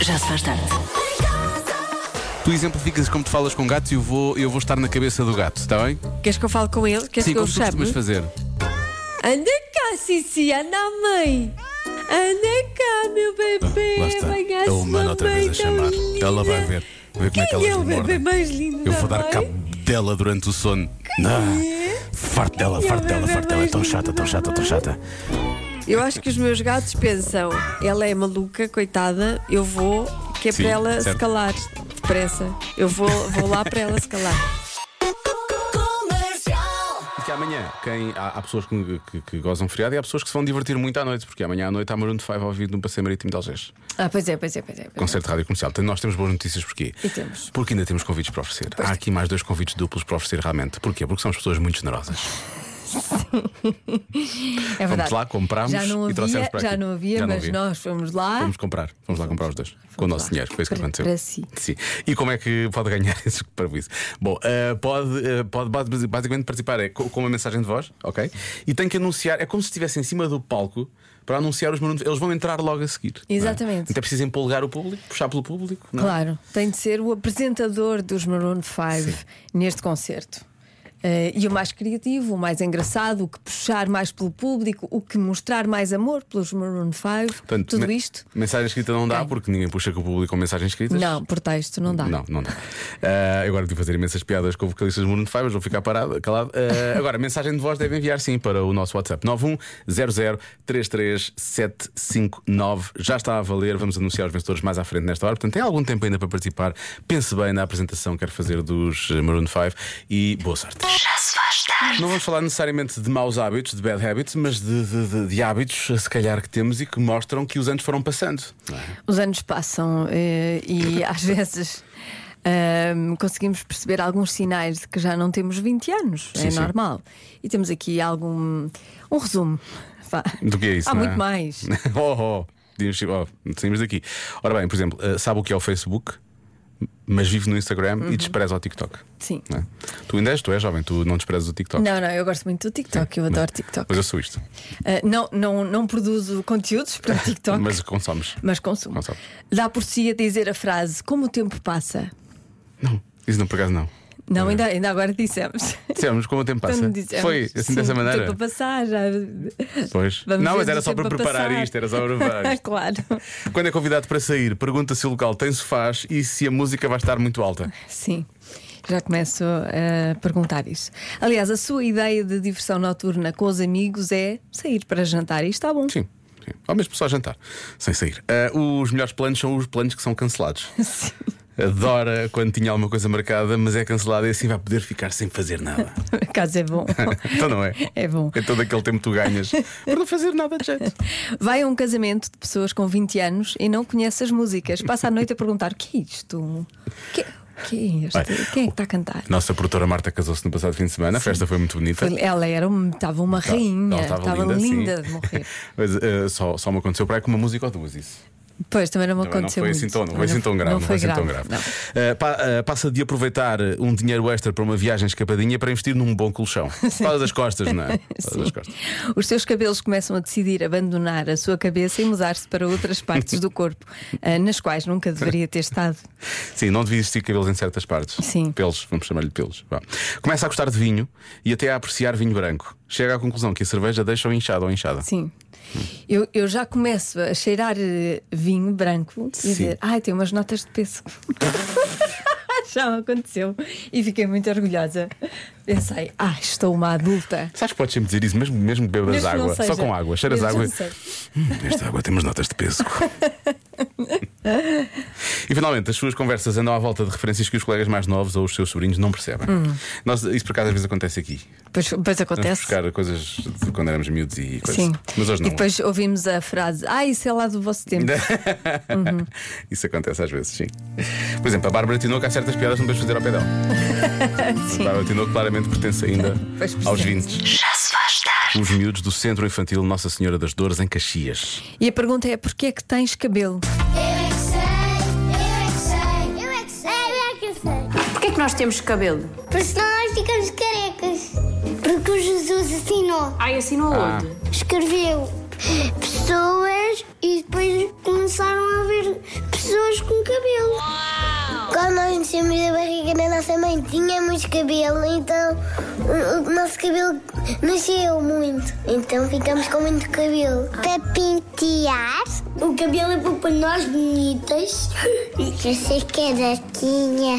Já se faz tarde. Tu exemplificas como tu falas com gatos e eu vou, eu vou estar na cabeça do gato, está bem? Queres que eu fale com ele? Queres Sim, que eu como o tu chame? costumas fazer. Anda cá, Cici, anda à mãe. Anda cá, meu bebê. Ah, Lá está. Venha A sua humana outra vez mãe a tão chamar. linda. Ela vai ver. Ver como é que Quem elas é o me bebê mordem. mais lindo Eu da vou dar mãe? é? cabo dela durante o sono. Não. Farto dela, farto dela, farto dela. É tão chata, tão chata, tão chata. Eu acho que os meus gatos pensam, ela é maluca, coitada, eu vou, que é Sim, para ela se certo. calar depressa. Eu vou, vou lá para ela se calar. Porque amanhã, quem, há, há pessoas que, que, que gozam de feriado e há pessoas que se vão divertir muito à noite, porque amanhã à noite há Maroon 5 ao vivo no Passeio Marítimo de Algés. Ah, pois é, pois é, pois é. pois é. Concerto de rádio comercial. Portanto, nós temos boas notícias porquê? E temos. Porque ainda temos convites para oferecer. Há aqui mais dois convites duplos para oferecer realmente. Porquê? Porque são as pessoas muito generosas. É Fomos verdade. lá, comprámos já não e havia, trouxemos para aqui. já não havia, Já não mas havia. nós fomos lá. Vamos comprar, vamos lá comprar os dois. com o nosso Ah. lá. dinheiro, foi isso que Para- aconteceu. para si. Sim. E como é que pode ganhar esse prejuízo? Bom, eh, pode, eh, pode basi- basicamente participar é, co- com uma mensagem de voz, ok? E tem que anunciar, é como se estivesse em cima do palco para anunciar os minutos. Eles vão entrar logo a seguir. não é? Exatamente. Até precisa empolgar o público, puxar pelo público. não é? Claro, tem de ser o apresentador dos Maroon 5 neste concerto. Eh, e o mais criativo, o mais engraçado, o que puxar mais pelo público, o que mostrar mais amor pelos Maroon 5, Portanto, tudo me- isto? Mensagem escrita não dá, Ganha. porque ninguém puxa com o público com mensagens escritas. Não, por texto não dá. Não, não dá. Ah, agora tive de fazer imensas piadas com vocalistas do Mundo de Fibers, vou ficar parado, calado. Ah, agora, mensagem de voz deve enviar sim para o nosso WhatsApp 910033759. Já está a valer, vamos anunciar os vencedores mais à frente nesta hora. Portanto, tem algum tempo ainda para participar. Pense bem na apresentação que quero fazer dos eh, Maroon 5 e boa sorte. Já se faz tarde. Não vamos falar necessariamente de maus hábitos, de bad habits, mas de, de- de- de hábitos, se calhar, que temos e que mostram que os anos foram passando. não é? Os anos passam eh, e às vezes ahm, conseguimos perceber alguns sinais de que já não temos 20 anos. Sim, é sim. normal. E temos aqui algum um resumo. Vá. Do que é isso? Há não muito mais. oh, oh, Diz- oh, saímos daqui. Ora bem, por exemplo, eh, sabe o que é o Facebook, mas vive no Instagram e despreza o TikTok. Uhum. Sim. não é? Tu ainda és, tu és jovem, tu não desprezas o TikTok. Não, não, eu gosto muito do TikTok, eu adoro TikTok. Mas eu sou isto. Ah, não, não, não produzo conteúdos para o TikTok, mas, Mas consomes. consumo. Consomes. Dá por si a dizer a frase como o tempo passa. Não, isso não por acaso não. Não, ainda, ainda agora dissemos. Dissemos como o tempo passa. Quando dissemos, Foi assim sim, dessa O maneira. tempo a passar, já. Pois. Vamos não, ver mas era do só para tempo a preparar passar. isto, era só para preparar isto. claro. Quando é convidado para sair, pergunta se o local tem sofás e se a música vai estar muito alta. Sim, já começo a perguntar isso. Aliás, a sua ideia de diversão noturna com os amigos é sair para jantar e está bom. Sim, sim. Ou mesmo só jantar, sem sair. Ah, os melhores planos são os planos que são cancelados. Sim. Adora quando tinha alguma coisa marcada, mas é cancelada e assim vai poder ficar sem fazer nada. Por acaso é bom. então não é? É bom. É todo aquele tempo que tu ganhas por não fazer nada de jeito. Vai a um casamento de pessoas com 20 anos e não conhece as músicas. Passa a noite a perguntar: o que é isto? Que, que é este? Olha, Quem é que está a cantar? A Nossa produtora Marta casou-se no passado fim de semana, a festa foi muito bonita. Foi- Ela era uma, estava uma Ela- rainha, ela estava, linda, sim. de morrer. Mas ah, só, só me aconteceu para aí com uma música ou duas, isso. Pois também não me Também não aconteceu foi muito. assim tão, não Também foi assim tão grave. Não foi assim tão grave, grave. não. Ah, pa- ah, passa de aproveitar um dinheiro extra para uma viagem escapadinha para investir num bom colchão. Fala das costas, não é? Fala das costas. Os seus cabelos começam a decidir abandonar a sua cabeça e mudar-se para outras partes do corpo, ah, nas quais nunca deveria ter estado. Sim, não devia existir cabelos em certas partes. Sim. Pelos, vamos chamar-lhe pelos. Vá. Começa a gostar de vinho e até a apreciar vinho branco. Chega à conclusão que a cerveja deixa-o inchado ou inchada. Sim. Eu, eu já começo a cheirar eh, vinho branco e Sim. dizer, ai, tem umas notas de pêssego. já me aconteceu. E fiquei muito orgulhosa. Pensei, ah, estou uma adulta. Sabes que podes sempre dizer isso, mesmo, mesmo que bebas Mesmo que não água, só seja. com água, cheiras Mesmo que água. não seja. Nesta água temos notas de pêssego. e finalmente, as suas conversas andam à volta de referências que os colegas mais novos ou os seus sobrinhos não percebem. Nós, isso por acaso às vezes acontece aqui. Pois, pois Vamos Hum. acontece. buscar coisas de quando éramos miúdos e coisas. Sim. Mas hoje não. E depois ouvimos a frase, ah, isso é lá do vosso tempo. Uhum. Isso acontece às vezes, sim. Por exemplo, a Bárbara Tinoco há certas piadas que não deves fazer ao pé dela. A Bárbara Tinoco claramente pertence ainda Pois pertence. aos 20. Já se faz tarde. Os miúdos do Centro Infantil Nossa Senhora das Dores, em Caxias. E a pergunta é, porquê é que tens cabelo? Porquê é que nós temos cabelo? Porque senão nós ficamos carecas. Porque o Jesus assinou. Ai, assim assinou onde? Escreveu pessoas e depois começaram a haver pessoas nascemos da barriga da nossa mãe tínhamos cabelo, então o- o nosso cabelo nasceu muito. Então ficamos com muito cabelo. Para pentear. O cabelo é para pôr nós bonitas. Eu sei que é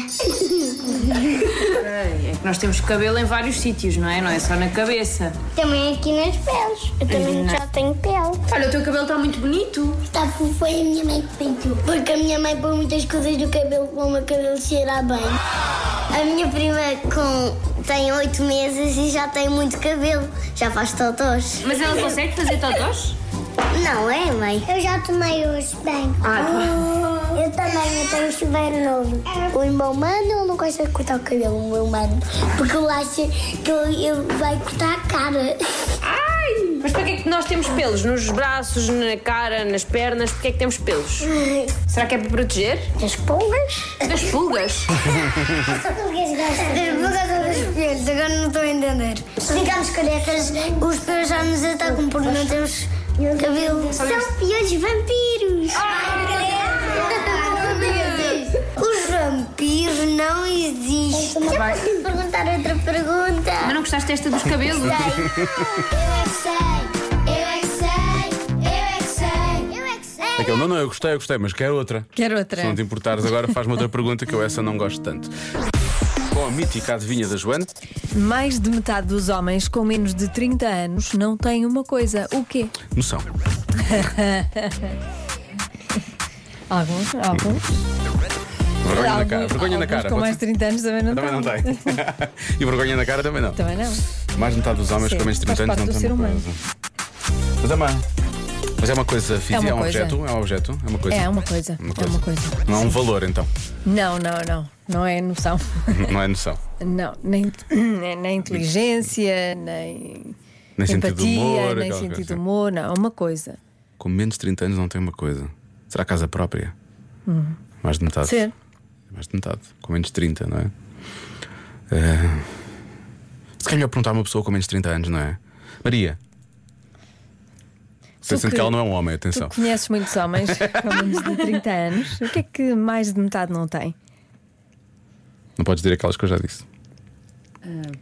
daquinha. É que nós temos cabelo em vários sítios, não é? Não é só na cabeça. Também aqui nas peles. Eu também já tenho pele. Olha, o teu cabelo está muito bonito. Está foi a minha mãe que pintou. Porque a minha mãe põe muitas coisas no cabelo para o meu cabelo cheirar bem. A minha prima com, tem oito meses e já tem muito cabelo. Já faz totós. Mas ela consegue fazer totós? Não é, mãe? Eu já tomei hoje bem. Ah, tá. Eu também, eu tenho um chuveiro novo. O irmão mano não gosta de cortar o cabelo, o meu mano. Porque ele acha que ele, ele vai cortar a cara. Mas para que é que nós temos pelos? Nos braços, na cara, nas pernas? Porquê é que temos pelos? Será que é para proteger? As pulgas? Das pulgas? As pulgas agora não estou a entender. Se ficarmos carecas, os peões já nos atacam porque não temos cabelo. São peões vampiros! Ah, Os vampiros não existem. Eu Tá posso perguntar outra pergunta? Mas não gostaste desta dos cabelos? Eu é que sei, eu é que sei, eu é que sei, eu é que sei. Aquele, não, não, eu gostei, eu gostei, mas quero outra. Quero Se outra. não te importares agora, faz-me outra pergunta que eu essa não gosto tanto. Com a mítica adivinha da Joana, Mais de metade dos homens com menos de 30 anos não têm uma coisa. O quê? noção. Alguns, alguns. Vergonha na Alguns- cara, vergonha na alguns cara. Com Pode- mais de 30 anos também não Também não têm. tem. e vergonha na cara também não. Também não. Mais de metade dos homens Sim, com menos de faz 30 anos parte não do tem ser uma humano. coisa. Mas é uma. Mas é uma coisa física, uma é um coisa. objeto, é um objeto, é uma coisa. É uma coisa. É uma coisa. Não é um valor, então. Não, não, não. Não é noção. Não é noção. Não, nem, nem inteligência, nem. Nem sentido de empatia, humor, nem aquela sentido de coisa. humor, não, é uma coisa. Com menos de 30 anos não tem uma coisa. Será casa própria? Mais de metade. Hum. Ser. Mais de metade. Com menos de 30, não é? Eh, Se calhar é melhor perguntar a uma pessoa com menos de 30 anos, não é? Maria. Estou Tu sendo que que- ela não é um homem, atenção. Tu conheces muitos homens com menos de 30 anos. O que é que mais de metade não tem? Não podes dizer aquelas que eu já disse.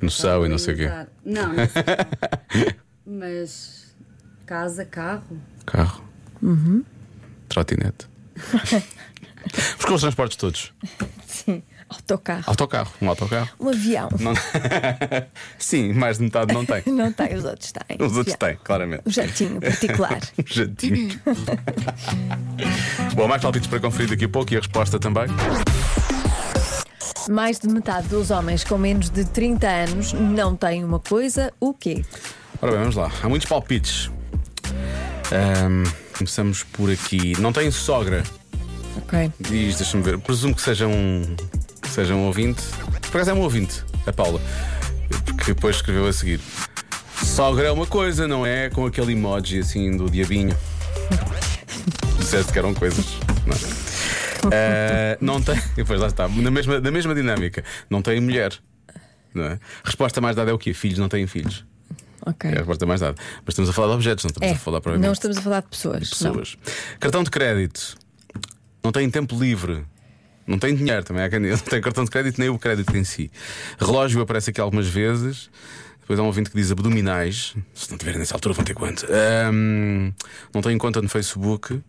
Noção e não sei o quê. Ah, tá- Não, não sei. Mas casa, carro. Carro. Trotinete. Porque os transportes todos. Sim, autocarro. Autocarro, um autocarro. Um avião. Não- Sim, mais de metade não tem. Não tem, os outros têm. Os outros Yeah. têm, claramente. Um jatinho particular. Um jatinho. Bom, mais palpites para conferir daqui a pouco e a resposta também. Mais de metade dos homens com menos de 30 anos não têm uma coisa, o quê? Ora bem, vamos lá. Há muitos palpites. Ahm, começamos por aqui. Não tem sogra, Ok. diz, deixa-me ver. Presumo que seja um, que seja um ouvinte. Por acaso é um ouvinte, a Paula, que depois escreveu a seguir. Sogra é uma coisa, não é? Com aquele emoji assim do diabinho. Disseste que eram coisas. Não. Ah, não tem. e Pois lá está, na mesma, na mesma dinâmica. Não tem mulher. Não é? Resposta mais dada é o quê? Filhos não têm filhos. Ok. É a resposta mais dada. Mas estamos a falar de objetos, não estamos É, a falar não provavelmente estamos a falar de pessoas. de pessoas. Cartão de crédito. Não tem tempo livre. Não tem dinheiro também. Há quem não tem cartão de crédito nem o crédito em si. Relógio aparece aqui algumas vezes. Depois há um ouvinte que diz abdominais. Se não tiverem nessa altura, vão ter quanto? Ahm, não tenho conta no Facebook.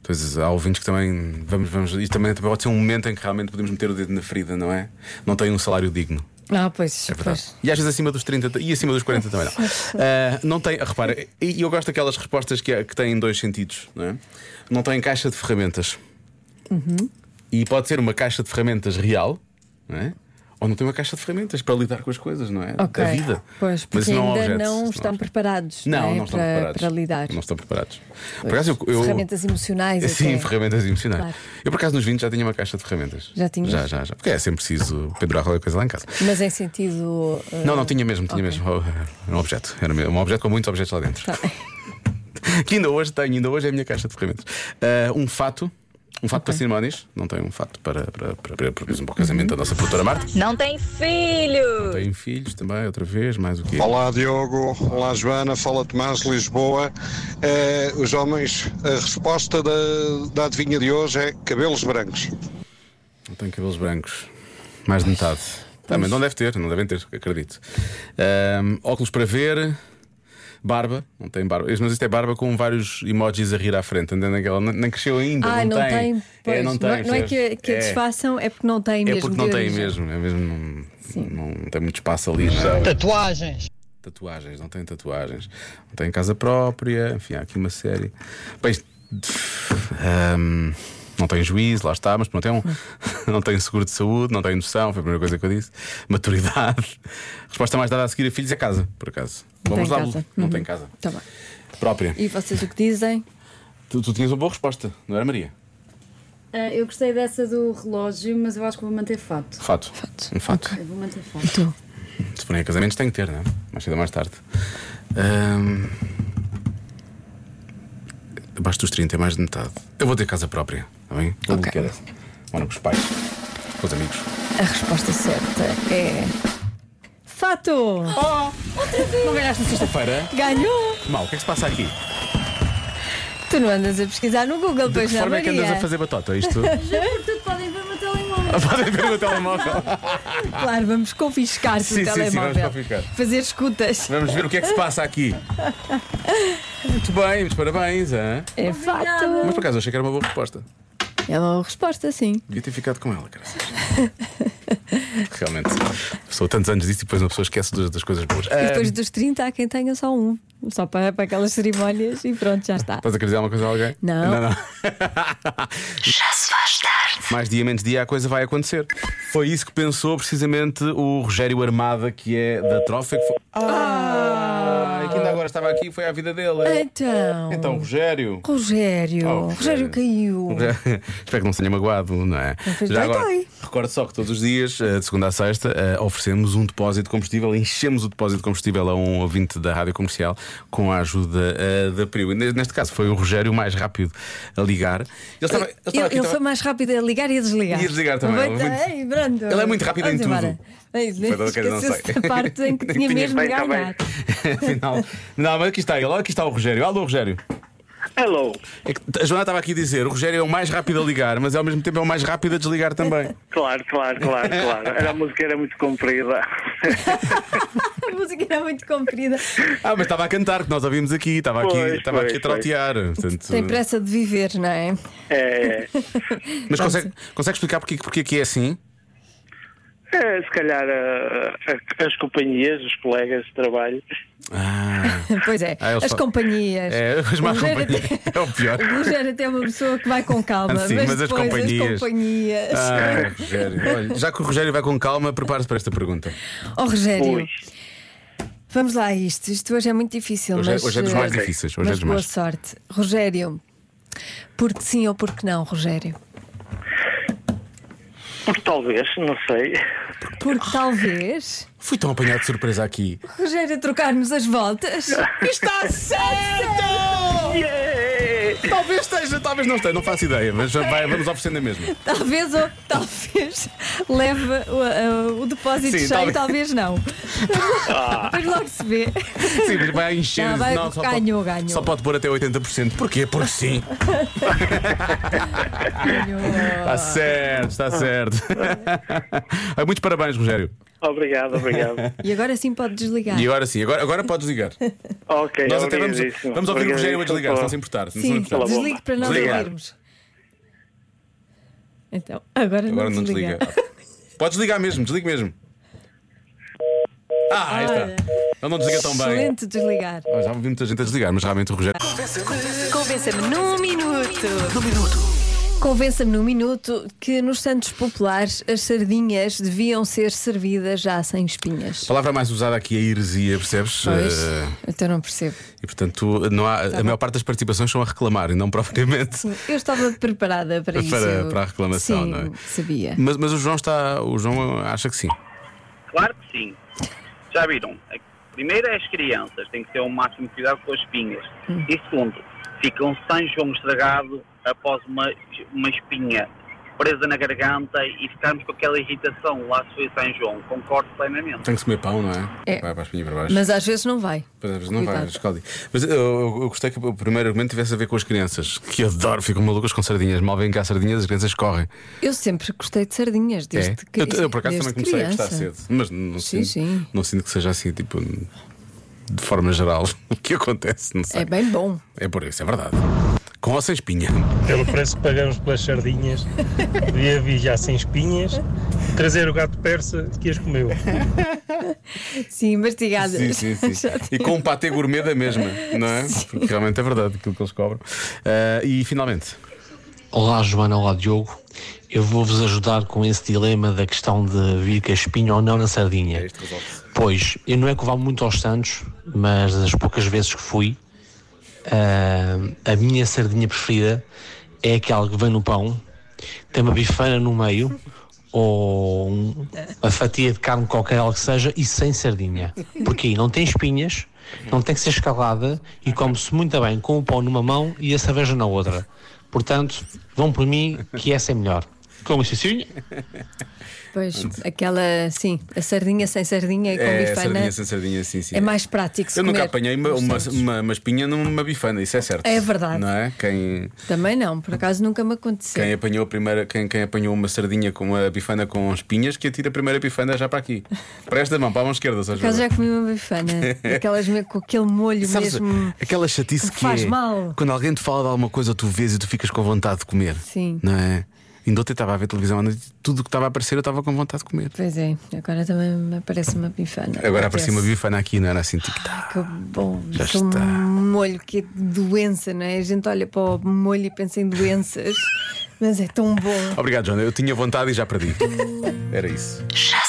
Depois há ouvintes que também. Vamos, vamos, isto também pode ser um momento em que realmente podemos meter o dedo na ferida, não é? Não tem um salário digno. Não. Ah, pois. É verdade. pois. E às vezes acima dos 30 e acima dos 40 também não. Ah, não tem, repara, e eu gosto daquelas respostas que, que têm dois sentidos, não é? Não tem caixa de ferramentas. Uhum. E pode ser uma caixa de ferramentas real, não é? Ou não tem uma caixa de ferramentas para lidar com as coisas, não é? Ok. Da vida. Pois, Mas porque isso não é um ainda objeto, isso não é um estão objeto. preparados Não, é? não estão para, preparados. para lidar. Não estão preparados. Por acaso, eu, eu- Ferramentas emocionais. Sim, até. ferramentas emocionais. Claro. Eu, por acaso, nos 20 já tinha uma caixa de ferramentas. Já tinhas? Já, já, já. Porque é sempre preciso pendurar qualquer coisa lá em casa. Mas em sentido. eh, Não, não, tinha mesmo, tinha ok. mesmo. Era um objeto. Era mesmo um objeto com muitos objetos lá dentro. Tá. Que ainda hoje tenho, ainda hoje é a minha caixa de ferramentas. Ah, um fato. Um fato para cerimónias, não tem um fato para, para, para, para, por exemplo, para o casamento da nossa produtora Marta. Não tem filho. Tem filhos também, outra vez, mais o quê? Olá Diogo, olá Joana, fala Tomás, Lisboa. Eh, os homens, a resposta da, da adivinha de hoje é cabelos brancos. Não tenho cabelos brancos. Mais de metade. Também não deve ter, não devem ter, acredito. Ahm, óculos para ver. Barba, não tem barba. Mas isto é barba com vários emojis a rir à frente, entende? Aquela- não- Nem cresceu ainda. Ah, não, tem. É, pois. não tem. não é percebes? que, que a É. desfaçam, é porque não tem É mesmo. porque não de tem origem. mesmo, é mesmo não, não é? tem muito espaço ali. Tatuagens. Tatuagens, não tem tatuagens. Não tem casa própria, enfim, há aqui uma série. Bem, isto- ahm, não tem juízo, lá está, mas pronto, é um, não tem seguro de saúde, não tem noção, foi a primeira coisa que eu disse. Maturidade. Resposta mais dada a seguir a filhos é casa, por acaso. Não Vamos tem lá, casa. não Uhum. tem casa. Tá bem. Própria. E vocês o que dizem? Tu, tu tinhas uma boa resposta, não era Maria? Ah, eu gostei dessa do relógio, mas eu acho que vou manter fato. Fato. Um fato. Eu vou manter fato. Se forem a casamentos, tem que ter, não é? Mais cedo ou mais tarde. Ahm, Abaixo dos 30 é mais de metade. Eu vou ter casa própria, está bem? Vou Ok. bloquear essa. Moro com os pais, com os amigos. A resposta certa é. Fato! Oh. Não ganhaste na sexta-feira? Ganhou! Mal, o que é que se passa aqui? Tu não andas a pesquisar no Google, De pois que não, forma é que Maria? andas a fazer batota isto? Ah, Portanto, podem ver o meu telemóvel. Podem ver o meu telemóvel. Claro, vamos confiscar-te Sim, sim, o sim, vamos telemóvel. confiscar. Fazer escutas. Vamos ver o que é que se passa aqui. Muito bem, muitos parabéns. hã? É fato. Mas por acaso achei que era uma boa resposta. É uma resposta, sim. Devia ter ficado com ela, cara. Realmente, sou tantos anos disso e depois uma pessoa esquece das, das coisas boas. E Ah, depois dos 30 há quem tenha só um. Só para, para aquelas cerimónias e pronto, já está. Estás a querer dizer alguma coisa a alguém? Não. Já se faz tarde. Mais dia, menos dia, a coisa vai acontecer. Foi isso que pensou precisamente o Rogério Armada, que é da Trofa. Que foi... Ah, e que ainda agora estava aqui, foi a vida dele. Então. Então, Rogério. Rogério. Oh, Rogério. Rogério caiu. Já- Espero que não se tenha magoado, não é? fez Já dói, agora, dói. recordo só que todos os dias, eh, de segunda a sexta, eh, oferecemos um depósito de combustível, enchemos o depósito de combustível a um ouvinte da rádio comercial com a ajuda eh, da Priu. E ne- Neste caso foi o Rogério mais rápido a ligar. Ele, estava, ele, Eh, Ele, estava aqui, ele estava- foi mais rápido a ligar e a desligar. E a desligar também, Muito- ele é muito- Ei, Brando. Ele é muito rápido em Vamos tudo. embora. Ei, Foi toda coisa, não Esqueceu-se sei. da parte em que tinha Tinhas mesmo de bem, tá bem. ganhar. Afinal, não, mas aqui está ele, olha, aqui está o Rogério. Alô, Rogério. Hello, É que a Joana estava aqui a dizer: o Rogério é o mais rápido a ligar, mas ao mesmo tempo é o mais rápido a desligar também. claro, claro, claro, claro. Era a música era muito comprida. A música era muito comprida. Ah, mas estava a cantar, que nós ouvimos aqui, estava aqui, Pois, estava aqui a pois, trautear. portanto- Tem pressa de viver, não é? É, Mas consegue, consegue explicar porque, porque é que é assim? é, se calhar ah, ah, as companhias, os colegas de trabalho. Ah, Pois é. Ah, eles as só- companhias. é, as más O Rogério companhias. É o pior. O Rogério até é uma pessoa que vai com calma, Ah, sim, mas, mas as depois companhias. as companhias. Ah, Rogério, olha, já que o Rogério vai com calma, prepare-se para esta pergunta. Oh, Rogério, Ui, vamos lá a isto. Isto hoje é muito difícil, Hoje é- mas. hoje é dos eh, mais difíceis, hoje é mas dos boa mais. sorte. Rogério, porque sim ou porque não, Rogério? porque talvez, não sei. Ah. Porque talvez. Fui tão apanhado de surpresa aqui. Rogério, a trocar-nos as voltas. Está certo! Yeah! Talvez esteja, talvez não esteja, não faço ideia, mas vai- vamos oferecendo a mesma. Talvez ou talvez leve o, o- o depósito Sim, cheio, talvez. Ah. talvez, não. Mas logo se vê. Sim, mas vai encher. Não, vai- só, ganhou, pode, ganhou. só pode pôr até 80%. Porquê? Porque sim. Está Tá certo, está certo. Ai, Muitos parabéns, Rogério. Obrigado, obrigado. E agora sim pode desligar. E agora sim, agora, agora podes ligar. Ok, Nós até vamos, obrigadíssimo. vamos ouvir o Rogério a desligar, se não se Obrigadíssimo. importar. se não se Sim, importar. Fala bom. desligue para nós Desligar. ouvirmos. Então, agora, Agora não desliga. desliga. Podes ligar mesmo, desligue mesmo. Ah, aí está. Ele não desliga tão bem. Excelente Ah. desligar. Ah, Já vi muita gente a desligar, mas realmente o Rogério. Convença-me num minuto. Convença-me num minuto que nos Santos Populares as sardinhas deviam ser servidas já sem espinhas. Palavra mais usada aqui é heresia, percebes? Pois, Tá Eh, então não percebo. E portanto, não há, a maior parte das participações são a reclamar e não propriamente. Eu estava preparada para, isso. Para- para a reclamação, Sim, não é? Sabia. Mas, mas o João está. O João acha que sim. Claro que sim. Já viram? A- Primeiro é as crianças, têm que ter o máximo de cuidado com as espinhas. E segundo, ficam sem João estragado após uma, uma espinha. presa na garganta e ficarmos com aquela irritação lá se foi São João. Concordo plenamente. Tem que comer pão, não é? É. Vai para a espinha para baixo. Mas às vezes não vai. Pois é, mas não vai, Cuidado. escaldi. Mas eu, eu- eu gostei que o primeiro argumento tivesse a ver com as crianças, que adoro, ficam malucas com sardinhas. Mal vêm cá sardinhas, as crianças correm. Eu sempre gostei de sardinhas, desde é. que. eu, eu, por acaso desde também comecei criança. a gostar cedo, mas não, Sim, sinto, sim. não sinto que seja assim, tipo, de forma geral, o que acontece, não sei. É bem bom. É por isso, é verdade. Com ou sem espinha. Pelo preço que pagamos pelas sardinhas, devia vir já sem espinhas, trazer o gato persa que as comeu. Sim, mastigadas. Sim, sim, sim. Ah, Já E tive. com um patê gourmet da mesma, não é? Porque realmente é verdade aquilo que eles cobram. Ah, e finalmente. Olá Joana, olá Diogo. Eu vou-vos ajudar com esse dilema da questão de vir com a espinha ou não na sardinha. Pois, eu não é que vá muito aos Santos, mas das poucas vezes que fui, ah, a minha sardinha preferida é aquela que vem no pão, tem uma bifeira no meio, ou um- a fatia de carne qualquer ela que seja, e sem sardinha. Porque aí não tem espinhas, não tem que ser escalada e come-se muito bem com o pão numa mão e a cerveja na outra. Portanto, vão por mim que essa é melhor. Com licencinha. Pois, aquela, sim, a sardinha sem sardinha e com É, bifana. sardinha sem sardinha, sim, sim. É mais prático se Eu nunca comer. apanhei uma, uma, uma- uma espinha numa bifana, isso é certo. É verdade. Não é? Quem, Também não, por acaso nunca me aconteceu. quem é apanhou a primeira, quem, quem apanhou uma sardinha com uma bifana com espinhas, que atira a primeira bifana já para aqui. Para esta mão, para a mão esquerda, só Por acaso já comi uma bifana, aquelas mesmo com aquele molho Sabes, mesmo. aquela chatice que que, faz é, mal. Quando alguém te fala de alguma coisa, tu vês e tu ficas com vontade de comer. Sim. Não é? Ainda ontem estava a ver televisão à noite e tudo o que estava a aparecer eu estava com vontade de comer. Pois é, agora também me aparece uma bifana. Agora aparecia uma Acontece. bifana aqui, não era assim? Tic-tac. Que bom, Já aquele está. molho que é doença, não é? A gente olha para o molho e pensa em doenças, mas é tão bom. Obrigado, Joana. Eu tinha vontade e já perdi. Era isso. Já